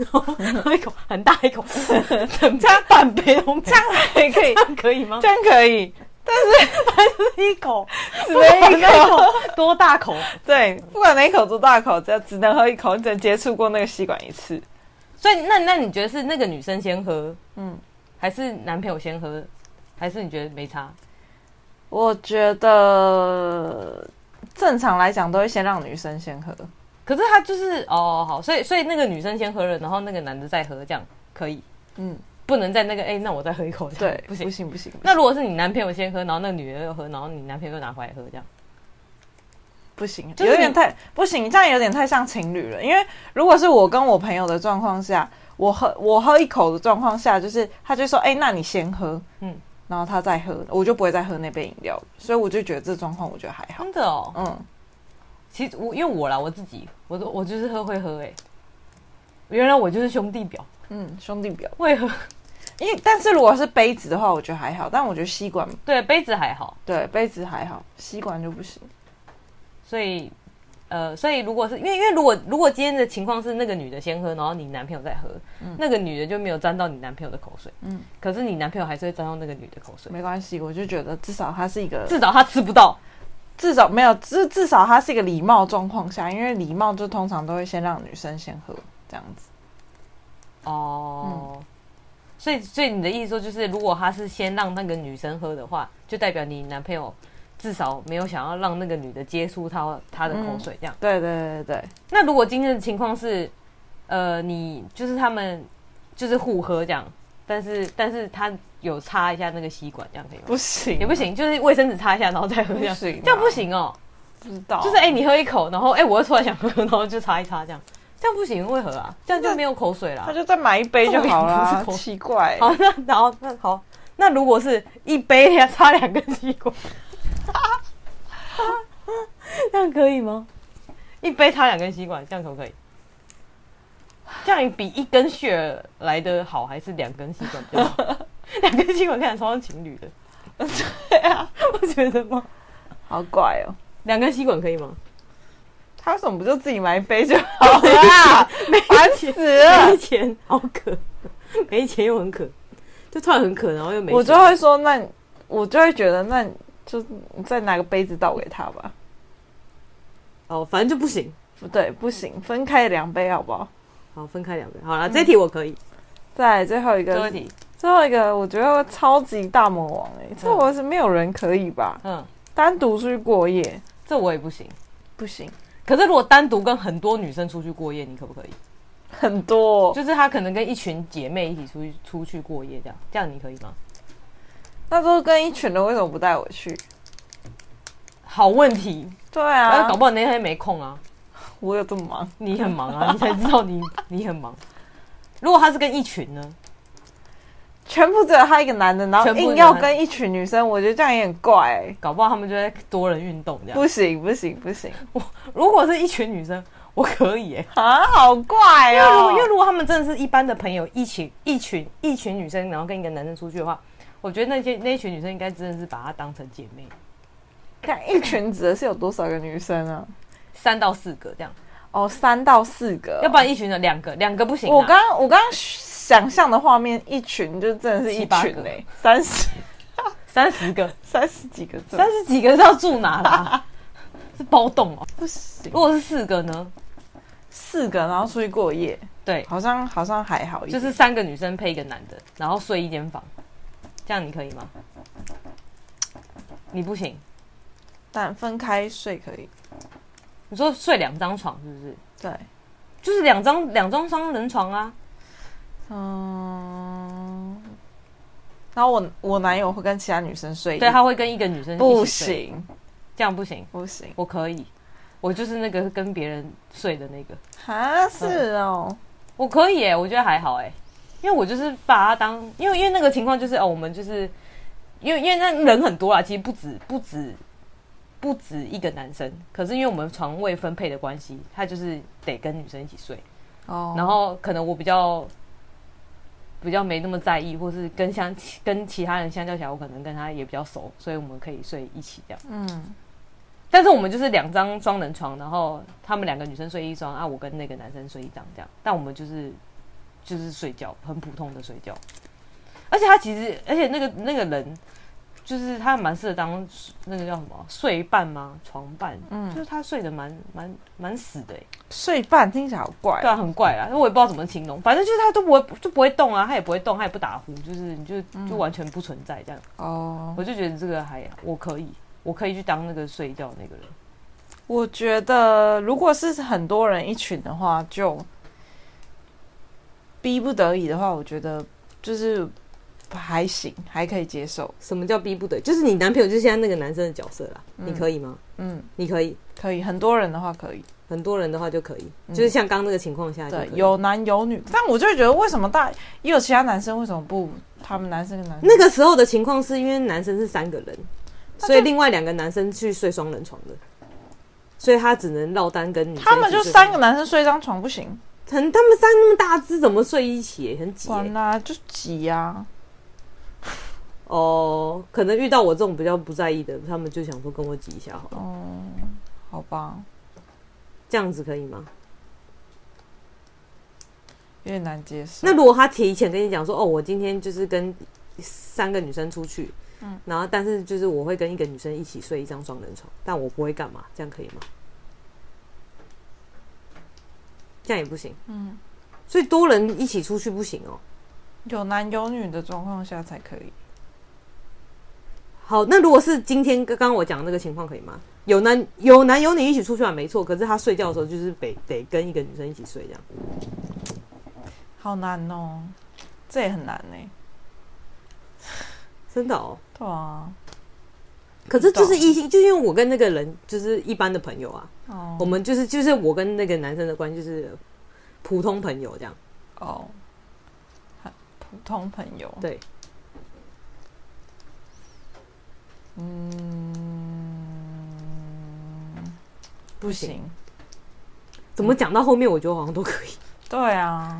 Speaker 2: 喝一口，很大一口，整家半杯都没，
Speaker 1: 这样还可以，
Speaker 2: 可以吗
Speaker 1: 这？样可以，
Speaker 2: 一口，
Speaker 1: 只能一
Speaker 2: 那一
Speaker 1: 口。
Speaker 2: 口多大口？
Speaker 1: 对，不管哪一口多大口，只要只能喝一口，你只能接触过那个吸管一次。
Speaker 2: 所以那那你觉得是那个女生先喝，
Speaker 1: 嗯
Speaker 2: 嗯，还是男朋友先喝，还是你觉得没差？
Speaker 1: 我觉得正常来讲都会先让女生先喝，
Speaker 2: 可是他就是哦好，所以所以那个女生先喝了，然后那个男的再喝，这样可以，
Speaker 1: 嗯，
Speaker 2: 不能再那个哎、那我再喝一口，这样
Speaker 1: 对，
Speaker 2: 不
Speaker 1: 不
Speaker 2: 行。
Speaker 1: 行不行，
Speaker 2: 那如果是你男朋友先喝，然后那个女的又喝，然后你男朋友又拿回来喝，这样
Speaker 1: 不行，
Speaker 2: 就是
Speaker 1: 有点
Speaker 2: 你
Speaker 1: 太不行，这样有点太像情侣了。因为如果是我跟我朋友的状况下，我喝我喝一口的状况下，就是他就说：“哎、那你先喝。”嗯
Speaker 2: 嗯，
Speaker 1: 然后他再喝，我就不会再喝那杯饮料了。所以我就觉得这状况我觉得还好。
Speaker 2: 真的哦。
Speaker 1: 嗯，
Speaker 2: 其实我因为我啦，我自己，我都我就是喝会喝哎、原来我就是兄弟婊，
Speaker 1: 嗯，兄弟表。
Speaker 2: 为何？
Speaker 1: 因为但是如果是杯子的话，我觉得还好。但我觉得吸管
Speaker 2: 对，杯子还好，
Speaker 1: 对杯子还好，吸管就不行。
Speaker 2: 所以呃，所以如果是因为因为如果如果今天的情况是那个女的先喝，然后你男朋友再喝，那个女的就没有沾到你男朋友的口水，
Speaker 1: 嗯
Speaker 2: 嗯，可是你男朋友还是会沾到那个女的口水，
Speaker 1: 没关系，我就觉得至少它是一个
Speaker 2: 至少他吃不到。
Speaker 1: 至少没有至至少它是一个礼貌状况下，因为礼貌就通常都会先让女生先喝这样子。
Speaker 2: 哦。所以，所以你的意思说，就是如果他是先让那个女生喝的话，就代表你男朋友至少没有想要让那个女的接触他他的口水，这样。
Speaker 1: 对对对对对，
Speaker 2: 那如果今天的情况是，呃，你就是他们就是互喝这样，但是但是他有擦一下那个吸管，这样可以吗？
Speaker 1: 不行，啊
Speaker 2: 也不行，就是卫生纸擦一下，然后再喝这样，
Speaker 1: 不行啊
Speaker 2: 这样不行哦、
Speaker 1: 知道，
Speaker 2: 就是哎、欸你喝一口，然后哎、欸我又突然想喝，然后就擦一擦这样，这样不行，为何啊？这样就没有口水啦
Speaker 1: 他。就再买一杯就好
Speaker 2: 重点
Speaker 1: 啦
Speaker 2: 不是。口
Speaker 1: 奇怪，
Speaker 2: 好，那然后那好，那如果是一杯要擦两根吸 管，这样可以吗？一杯擦两根吸管，这样可不可以？这样比一根血儿来的好，还是两根吸管比较好？ 两根吸管看起来超像情侣的，
Speaker 1: 对啊，
Speaker 2: 不觉得吗？
Speaker 1: 好怪哦。
Speaker 2: 两根吸管可以吗？
Speaker 1: 他为什么不就自己买一杯就好了啦？烦死了
Speaker 2: 啊 没！钱，好渴，没钱又很渴，就突然很渴，然后又没钱。
Speaker 1: 我就会说，那你我就会觉得，那你就你再拿个杯子倒给他吧。
Speaker 2: 哦，反正就不行。
Speaker 1: 不对，不行，分开两杯好不好？
Speaker 2: 好，分开两个。好了，这题我可以。
Speaker 1: 再来最后一个，
Speaker 2: 题，
Speaker 1: 最后一个，我觉得超级大魔王哎、这
Speaker 2: 嗯
Speaker 1: 我是没有人可以吧？
Speaker 2: 嗯，
Speaker 1: 单独出去过夜
Speaker 2: 这我也不行。
Speaker 1: 不行，
Speaker 2: 可是如果单独跟很多女生出去过夜，你可不可以？
Speaker 1: 很多哦，
Speaker 2: 就是她可能跟一群姐妹一起出去出去过夜，这样这样你可以吗？
Speaker 1: 那都跟一群人，为什么不带我去？
Speaker 2: 好问题，
Speaker 1: 对
Speaker 2: 然
Speaker 1: 啊
Speaker 2: 后搞，不好那天没空啊，
Speaker 1: 我有这么忙，
Speaker 2: 你很忙啊，你才知道你你很忙。如果她是跟一群呢？
Speaker 1: 全部只有他一个男的，然后
Speaker 2: 全部
Speaker 1: 硬要
Speaker 2: 男
Speaker 1: 跟一群女生，我觉得这样也很怪欸、
Speaker 2: 搞不好他们就在多人运动这样。
Speaker 1: 不行不行不行
Speaker 2: 如果是一群女生，我可以耶、
Speaker 1: 啊，好怪
Speaker 2: 因为如
Speaker 1: 哦、
Speaker 2: 果因为如果他们真的是一般的朋友，一起一群一群女生，然后跟一个男生出去的话，我觉得那些那一群女生应该真的是把她当成姐妹，
Speaker 1: 看一群指的是有多少个女生啊？
Speaker 2: 三到四个这样，
Speaker 1: 哦，三到四个，
Speaker 2: 要不然一群的两个，两个不行啊、
Speaker 1: 我刚我刚刚想象的画面，一群就真的是一
Speaker 2: 七八
Speaker 1: 群
Speaker 2: 个
Speaker 1: 嘞、三十
Speaker 2: 三十个，
Speaker 1: 三十几个字，
Speaker 2: 三十几个是要住哪啦？ 是包栋哦。
Speaker 1: 不行
Speaker 2: 如，果是四个呢？
Speaker 1: 四个然后出去过夜，
Speaker 2: 对，
Speaker 1: 好像好像还好一
Speaker 2: 就
Speaker 1: 点，
Speaker 2: 是三个女生配一个男的，然后睡一间房，这样你可以吗？你不行，
Speaker 1: 但分开睡可以，
Speaker 2: 你说睡两张床是不是？
Speaker 1: 对，
Speaker 2: 就是两张两张双人床啊。
Speaker 1: 嗯，然后我我男友会跟其他女生睡，
Speaker 2: 对，他会跟一个女生一起
Speaker 1: 不
Speaker 2: 睡，
Speaker 1: 行
Speaker 2: 这样不行，
Speaker 1: 不行
Speaker 2: 我可以，我就是那个跟别人睡的那个，
Speaker 1: 啊，是哦，
Speaker 2: 我可以耶、我觉得还好哎、因为我就是把他当，因为因为那个情况就是哦，我们就是因为因为那人很多啦，其实不止不止不止一个男生，可是因为我们床位分配的关系，他就是得跟女生一起睡，
Speaker 1: 哦，
Speaker 2: 嗯然后可能我比较。比较没那么在意，或是跟相跟其他人相较起来，我可能跟他也比较熟，所以我们可以睡一起这样。
Speaker 1: 嗯，
Speaker 2: 但是我们就是两张双人床，然后他们两个女生睡一张啊，我跟那个男生睡一张这样。但我们就是就是睡觉，很普通的睡觉。而且他其实，而且那个那个人，就是他蛮适合当那个叫什么睡伴吗？床伴，
Speaker 1: 嗯
Speaker 2: 就是他睡得蛮蛮蛮死的、欸，
Speaker 1: 睡半听起来好怪
Speaker 2: 对，啊，很怪啦，因为我也不知道怎么形容，反正就是他都不会就不会动啊，他也不会动，他也不打呼，就是你就就完全不存在这样。
Speaker 1: 哦，
Speaker 2: 我就觉得这个还我可以，我可以去当那个睡觉那个人。
Speaker 1: 我觉得如果是很多人一群的话，就逼不得已的话，我觉得就是还行，还可以接受。
Speaker 2: 什么叫逼不得？就是你男朋友就是现在那个男生的角色啦，
Speaker 1: 嗯
Speaker 2: 你可以吗？
Speaker 1: 嗯，
Speaker 2: 你可以，
Speaker 1: 可以，很多人的话可以。
Speaker 2: 很多人的话就可以，
Speaker 1: 嗯
Speaker 2: 就是像刚那个情况下就可
Speaker 1: 对
Speaker 2: 以，。
Speaker 1: 有男有女，但我就会觉得为什么大也有其他男生为什么不他们男生跟男生
Speaker 2: 那个时候的情况是因为男生是三个人，
Speaker 1: 就
Speaker 2: 所以另外两个男生去睡双人床的，所以他只能落单跟女生一起睡。
Speaker 1: 他们就三个男生睡一张床不行？
Speaker 2: 很，他们三那么大只怎么睡一起？很挤耶、
Speaker 1: 完啦、就挤啊呀、
Speaker 2: 哦，可能遇到我这种比较不在意的，他们就想说跟我挤一下好了，
Speaker 1: 哦、好吧，
Speaker 2: 这样子可以吗？
Speaker 1: 有点难接受。
Speaker 2: 那如果他提前跟你讲说，哦，我今天就是跟三个女生出去，
Speaker 1: 嗯
Speaker 2: 然后但是就是我会跟一个女生一起睡一张双人床，但我不会干嘛，这样可以吗？这样也不行，
Speaker 1: 嗯，
Speaker 2: 所以多人一起出去不行哦。
Speaker 1: 有男有女的状况下才可以。
Speaker 2: 好，那如果是今天刚刚我讲的那个情况可以吗？有男有男有女一起出去玩没错，可是他睡觉的时候就是得得跟一个女生一起睡这样。
Speaker 1: 好难哦，欸这也很难呢、
Speaker 2: 真的哦，
Speaker 1: 对啊，
Speaker 2: 可是就是异性，就因为我跟那个人就是一般的朋友啊，
Speaker 1: 哦
Speaker 2: 我们就是就是我跟那个男生的关系就是普通朋友这样。
Speaker 1: 哦，很普通朋友，
Speaker 2: 对，
Speaker 1: 嗯不
Speaker 2: 行
Speaker 1: 行，
Speaker 2: 怎么讲到后面，我觉得好像都可以，
Speaker 1: 对啊，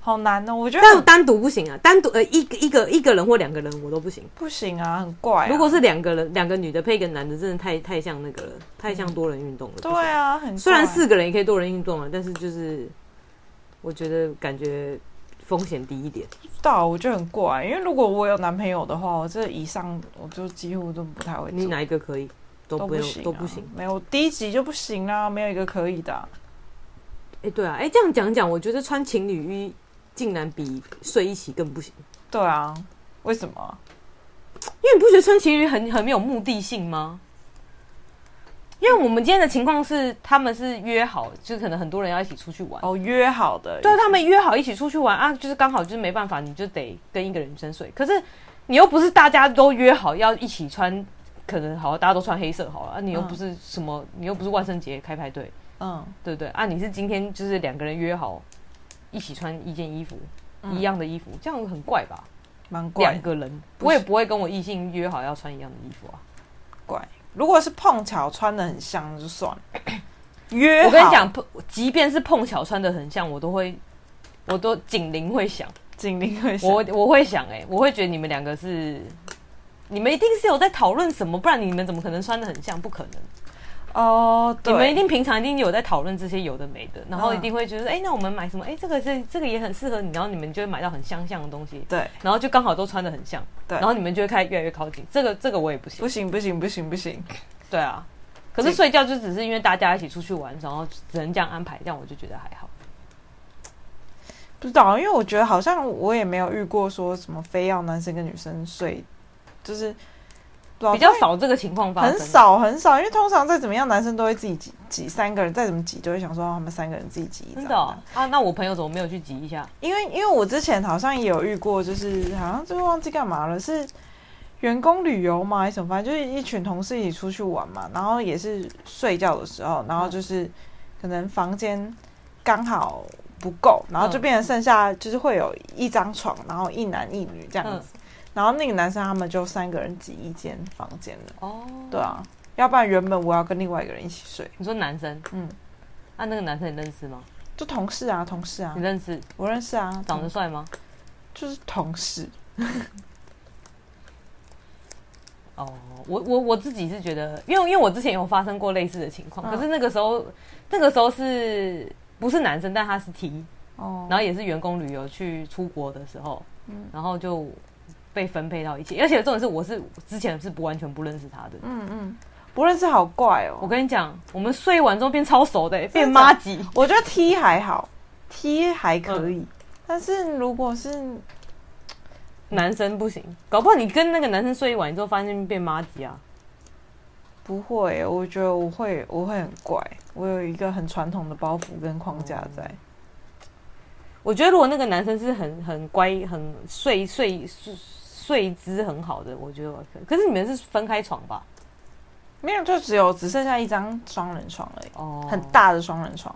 Speaker 1: 好难哦，我觉
Speaker 2: 但
Speaker 1: 得
Speaker 2: 我单独不行啊，单独呃一个一个一个人或两个人我都不行。
Speaker 1: 不行啊，很怪啊、
Speaker 2: 如果是两个人，两个女的配一个男的，真的太太像那个了，太像多人运动了。
Speaker 1: 对
Speaker 2: 不行，
Speaker 1: 啊，很
Speaker 2: 虽然
Speaker 1: 怪
Speaker 2: 四个人也可以多人运动啊，但是就是我觉得感觉风险低一点。
Speaker 1: 不到，啊我觉得很怪，因为如果我有男朋友的话，我这以上我就几乎都不太会
Speaker 2: 你
Speaker 1: 做，
Speaker 2: 哪一个可以？都
Speaker 1: 都不
Speaker 2: 不用
Speaker 1: 行、啊，
Speaker 2: 都不行。，
Speaker 1: 没有第一集就不行啦、没有一个可以的啊、
Speaker 2: 哎、对啊，哎、这样讲讲，我觉得穿情侣衣竟然比睡一起更不行，
Speaker 1: 对啊，为什么啊？
Speaker 2: 因为你不觉得穿情侣很很没有目的性吗？因为我们今天的情况是，他们是约好，就是可能很多人要一起出去玩，
Speaker 1: 哦，约好的，
Speaker 2: 对，啊他们约好一起出去玩啊，就是刚好就是没办法，你就得跟一个人女生睡。可是你又不是大家都约好要一起穿，可能好大家都穿黑色好了，啊、你又
Speaker 1: 嗯
Speaker 2: 不是什么，你又不是万圣节开派对，
Speaker 1: 嗯，
Speaker 2: 对不对？啊，你是今天就是两个人约好一起穿一件衣服，
Speaker 1: 嗯
Speaker 2: 一样的衣服，这样很怪吧？
Speaker 1: 蛮怪
Speaker 2: 两
Speaker 1: 的
Speaker 2: 个人，
Speaker 1: 不
Speaker 2: 我
Speaker 1: 是
Speaker 2: 也不会跟我异性约好要穿一样的衣服啊。
Speaker 1: 怪。如果是碰巧穿的很像，那就算 了。约好
Speaker 2: 我跟你讲，，碰即便是碰巧穿的很像，我都会，我都警铃会响。
Speaker 1: 警铃会响
Speaker 2: 我我会想、欸，哎，我会觉得你们两个是，你们一定是有在讨论什么，不然你们怎么可能穿的很像？不可能，
Speaker 1: 哦，对
Speaker 2: 你们一定平常一定有在讨论这些有的没的，然后
Speaker 1: 嗯
Speaker 2: 一定会觉得，哎、那我们买什么？哎、这个是这个也很适合你，然后你们就会买到很相像的东西，
Speaker 1: 对
Speaker 2: 然后就刚好都穿的很像，
Speaker 1: 对
Speaker 2: 然后你们就会开始越来越靠近。这个这个我也不行
Speaker 1: 不，行不行不行不行，
Speaker 2: 对啊。可是
Speaker 1: 这
Speaker 2: 睡觉就只是因为大家一起出去玩，然后只能这样安排，这样我就觉得还好。
Speaker 1: 不知道，因为我觉得好像我也没有遇过说什么非要男生跟女生睡，就是不知道
Speaker 2: 比较，少这个情况发
Speaker 1: 哦
Speaker 2: 生，
Speaker 1: 很少很少，因为通常再怎么样，男生都会自己挤挤三个人，再怎么挤都会想说哦他们三个人自己挤一张
Speaker 2: 真的哦、啊。那我朋友怎么没有去挤一下？
Speaker 1: 因为因为我之前好像也有遇过，就是好像就忘记干嘛了，是员工旅游嘛还是什么，反正就是一群同事一起出去玩嘛，然后也是睡觉的时候，然后就是可能房间刚好不够，然后就变成剩下就是会有一张床，然后一男一女这样子，然后那个男生他们就三个人挤一间房间了，
Speaker 2: 哦，
Speaker 1: 对啊，要不然原本我要跟另外一个人一起睡，
Speaker 2: 你说男生，
Speaker 1: 嗯，
Speaker 2: 啊，那个男生你认识吗？
Speaker 1: 就同事啊同事啊
Speaker 2: 你，认识？
Speaker 1: 我认识啊，
Speaker 2: 长得帅吗？
Speaker 1: 就是同事，
Speaker 2: 哦，我我我自己是觉得，因为因为我之前有发生过类似的情况，
Speaker 1: 嗯
Speaker 2: 可是那个时候那个时候是不是男生，但他是 T，
Speaker 1: 哦，
Speaker 2: 然后也是员工旅游去出国的时候，
Speaker 1: 嗯
Speaker 2: 然后就被分配到一起，而且重点是我是之前是不完全不认识他的。
Speaker 1: 嗯，嗯，不认识好怪哦、
Speaker 2: 我跟你讲，我们睡完之后变超熟的、变
Speaker 1: 真的假
Speaker 2: 妈
Speaker 1: 的
Speaker 2: 吉。
Speaker 1: 我觉得 T 还好，T 还可
Speaker 2: 嗯
Speaker 1: 以，但是如果是
Speaker 2: 男生不行，搞不好你跟那个男生睡完之后，发现变妈吉啊。
Speaker 1: 不会、我觉得我会我会很怪，我有一个很传统的包袱跟框架在。
Speaker 2: 哦我觉得如果那个男生是很很乖、很睡睡睡睡姿很好的，我觉得我可以。可是你们是分开床吧？
Speaker 1: 没有，就只有只剩下一张双人床而已，
Speaker 2: 哦
Speaker 1: 很，大的双人床。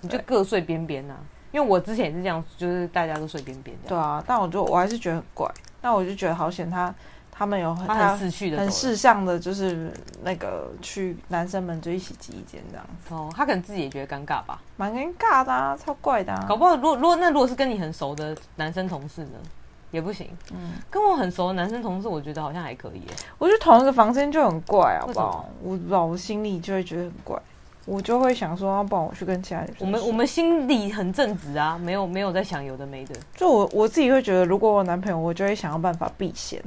Speaker 2: 你就各睡边边呐。因为我之前也是这样，就是大家都睡边边这
Speaker 1: 对
Speaker 2: 样。
Speaker 1: 啊，但我就我还是觉得很怪，但我就觉得好险他他们有很
Speaker 2: 他很识趣的，
Speaker 1: 很识相的，就是那个去男生们就一起挤一间这样，
Speaker 2: 哦，他可能自己也觉得尴尬吧。
Speaker 1: 蛮尴尬的啊，超怪的啊。
Speaker 2: 搞不好如果如果那如果是跟你很熟的男生同事呢，也不行。
Speaker 1: 嗯
Speaker 2: 跟我很熟的男生同事，我觉得好像还可以耶。
Speaker 1: 我觉得同一个房间就很怪，好
Speaker 2: 为
Speaker 1: 不
Speaker 2: 什么
Speaker 1: 好？我不知道，我心里就会觉得很怪，我就会想说，要不然我去跟其他女生
Speaker 2: 我
Speaker 1: 睡。
Speaker 2: 们我们心里很正直啊，没有没有在想有的没的。
Speaker 1: 就我我自己会觉得，如果我有男朋友，我就会想要办法避嫌。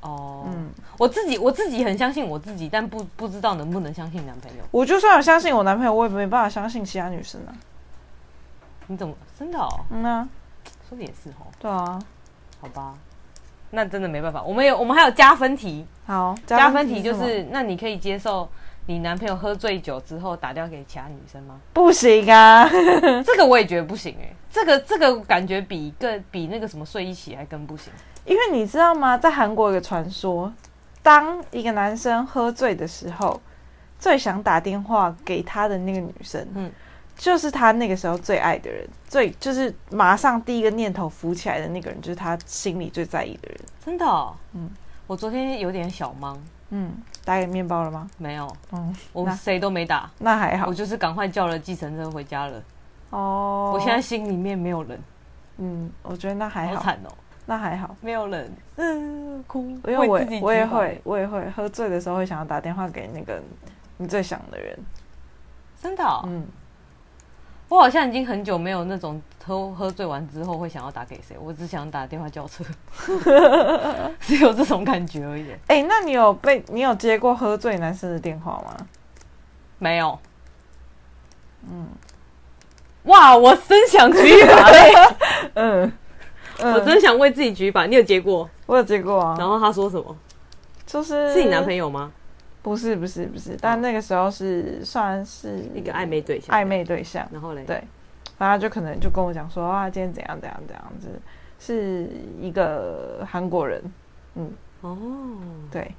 Speaker 2: 哦，
Speaker 1: 嗯，
Speaker 2: 我自己我自己很相信我自己，但不不知道能不能相信男朋友。
Speaker 1: 我就算有相信我男朋友，我也没办法相信其他女生啊。
Speaker 2: 你怎么真的哦？
Speaker 1: 嗯啊，
Speaker 2: 说的也是哦，
Speaker 1: 对啊，
Speaker 2: 好吧，那真的没办法。我们有我们还有加分题，
Speaker 1: 好，
Speaker 2: 加分题就
Speaker 1: 什么
Speaker 2: 是那你可以接受你男朋友喝醉酒之后打电话给其他女生吗？
Speaker 1: 不行啊，
Speaker 2: 这个我也觉得不行哎、这个这个感觉比更比那个什么睡一起还更不行。
Speaker 1: 因为你知道吗，在韩国有个传说，当一个男生喝醉的时候，最想打电话给他的那个女生，
Speaker 2: 嗯
Speaker 1: 就是他那个时候最爱的人，最就是马上第一个念头浮起来的那个人，就是他心里最在意的人。
Speaker 2: 真的、哦，
Speaker 1: 嗯
Speaker 2: 嗯，我昨天有点小忙，
Speaker 1: 嗯，打给面包了吗？
Speaker 2: 没有，
Speaker 1: 嗯，
Speaker 2: 我
Speaker 1: 那
Speaker 2: 谁都没打，
Speaker 1: 那还好
Speaker 2: 我。就是赶快叫了计程车回家了。
Speaker 1: 哦，
Speaker 2: 我现在心里面没有人，
Speaker 1: 嗯，我觉得那还
Speaker 2: 好
Speaker 1: 好，
Speaker 2: 惨哦，
Speaker 1: 那还好。
Speaker 2: 没有人，嗯，哭，
Speaker 1: 因为我
Speaker 2: 自己
Speaker 1: 我也
Speaker 2: 举报
Speaker 1: 会，，我也会喝醉的时候会想要打电话给那个你最想的人。
Speaker 2: 真的哦，
Speaker 1: 嗯，
Speaker 2: 我好像已经很久没有那种喝喝醉完之后会想要打给谁，我只想打电话叫车， 只有这种感觉而已。
Speaker 1: 哎、那你有被你有接过喝醉男生的电话 吗？
Speaker 2: 没有，嗯，哇，我真想举把嘞，
Speaker 1: 嗯，嗯
Speaker 2: 哎我真想为自己举把。你有接过？
Speaker 1: 我有接过
Speaker 2: 然
Speaker 1: 啊，
Speaker 2: 后他说什么？
Speaker 1: 就是
Speaker 2: 是你男朋
Speaker 1: 友？
Speaker 2: 友吗？
Speaker 1: 不是不是不是，但那个时候是算是
Speaker 2: 一个暧昧对象，
Speaker 1: 暧。昧对象，
Speaker 2: 然后嘞，
Speaker 1: 对然后他就可能就跟我讲说啊，今天怎样怎样怎样子，是一个韩国人，
Speaker 2: 哦，
Speaker 1: 对，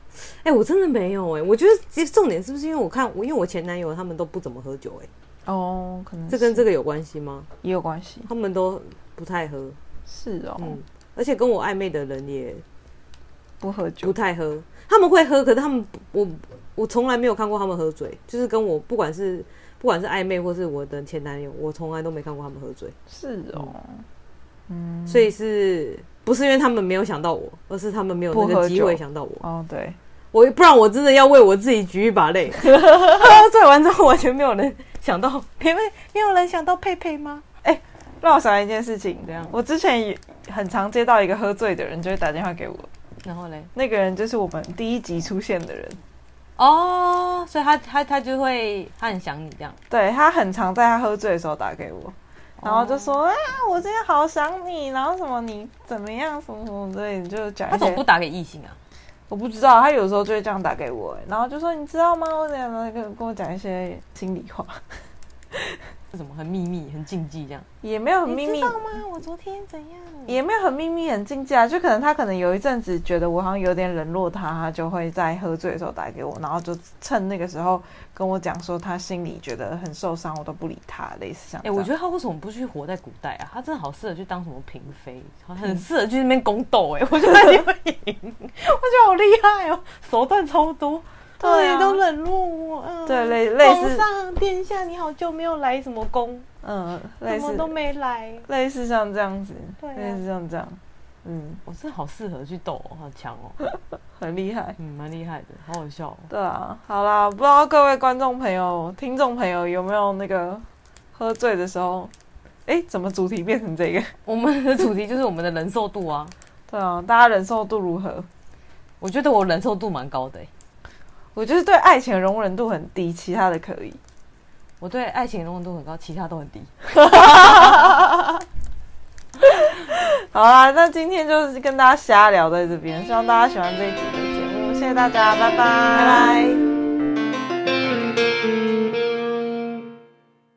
Speaker 2: 哎、我真的没有哎、我觉得其实重点是不是因为我看我，因为我前男友他们都不怎么喝酒哎、
Speaker 1: 哦，可能
Speaker 2: 这跟
Speaker 1: 是
Speaker 2: 这个有关系吗？
Speaker 1: 也有关系，
Speaker 2: 他们都不太喝，
Speaker 1: 是哦，
Speaker 2: 嗯，而且跟我暧昧的人也
Speaker 1: 不喝
Speaker 2: 不
Speaker 1: 酒，
Speaker 2: 太喝，他们会喝，可是他们不我我从来没有看过他们喝醉，就是跟我不管是不管是暧昧或是我的前男友，我从来都没看过他们喝醉，
Speaker 1: 是哦，嗯，
Speaker 2: 所以是不是因为他们没有想到我，而是他们没有那
Speaker 1: 不喝酒
Speaker 2: 个机会想到我，
Speaker 1: 哦对，
Speaker 2: 我不然我真的要为我自己举一把 泪。喝醉完之后完全没有人想到，因为没有人想到佩佩吗？
Speaker 1: 让我想到一件事情
Speaker 2: 怎样，
Speaker 1: 我之前也很常接到一个喝醉的人就会打电话给我，
Speaker 2: 然后嘞，
Speaker 1: 那个人就是我们第一集出现的人，
Speaker 2: 哦，所以他他他就会他很想你这样，
Speaker 1: 对他很常在他喝醉的时候打给我，然后就
Speaker 2: 哦
Speaker 1: 说、啊，我今天好想你，然后什么你怎么样，什么什么之类的，就讲一
Speaker 2: 他总不
Speaker 1: 些。
Speaker 2: 打给异性啊？
Speaker 1: 我不知道，他有时候就会这样打给我，然后就说你知道吗？我怎样那个跟我讲一些心里话，
Speaker 2: 是什么很秘密、很禁忌这样？
Speaker 1: 也没有很秘密，
Speaker 2: 吗？我昨天怎样？
Speaker 1: 也没有很秘密很禁忌啊，就可能他可能有一阵子觉得我好像有点冷落他，他就会在喝醉的时候打给我，然后就趁那个时候跟我讲说他心里觉得很受伤，我都不理他，类似像
Speaker 2: 哎、
Speaker 1: 这样。
Speaker 2: 我觉得他为什么不去活在古代啊？他真的好适合去当什么嫔妃，好像很适合去那边宫斗哎、 我觉得他一定会赢，我觉得好厉害哦，手段超多。哦
Speaker 1: 对啊
Speaker 2: 你都冷落我，嗯，
Speaker 1: 对类类似
Speaker 2: 皇上殿下，你好久没有来什么宫，
Speaker 1: 嗯，类
Speaker 2: 什么
Speaker 1: 似
Speaker 2: 都没来。
Speaker 1: 类似像这样子，
Speaker 2: 对啊
Speaker 1: 类似像这样，嗯，
Speaker 2: 我、真的好适合去斗、哦，好强哦，
Speaker 1: 很厉害。
Speaker 2: 嗯，蛮厉害的，好好笑、哦。
Speaker 1: 对啊，好啦，不知道各位观众朋友、听众朋友有没有那个喝醉的时候，哎，怎么主题变成这个？
Speaker 2: 我们的主题就是我们的忍受度啊，
Speaker 1: 对啊，大家忍受度如何？
Speaker 2: 我觉得我忍受度蛮高的、欸，
Speaker 1: 我就是对爱情的容忍度很低，其他的可以。
Speaker 2: 我对爱情的容忍度很高，其他都很低。
Speaker 1: 好啦，那今天就是跟大家瞎聊在这边，希望大家喜欢这一集的节目，谢谢大家，拜拜，拜拜。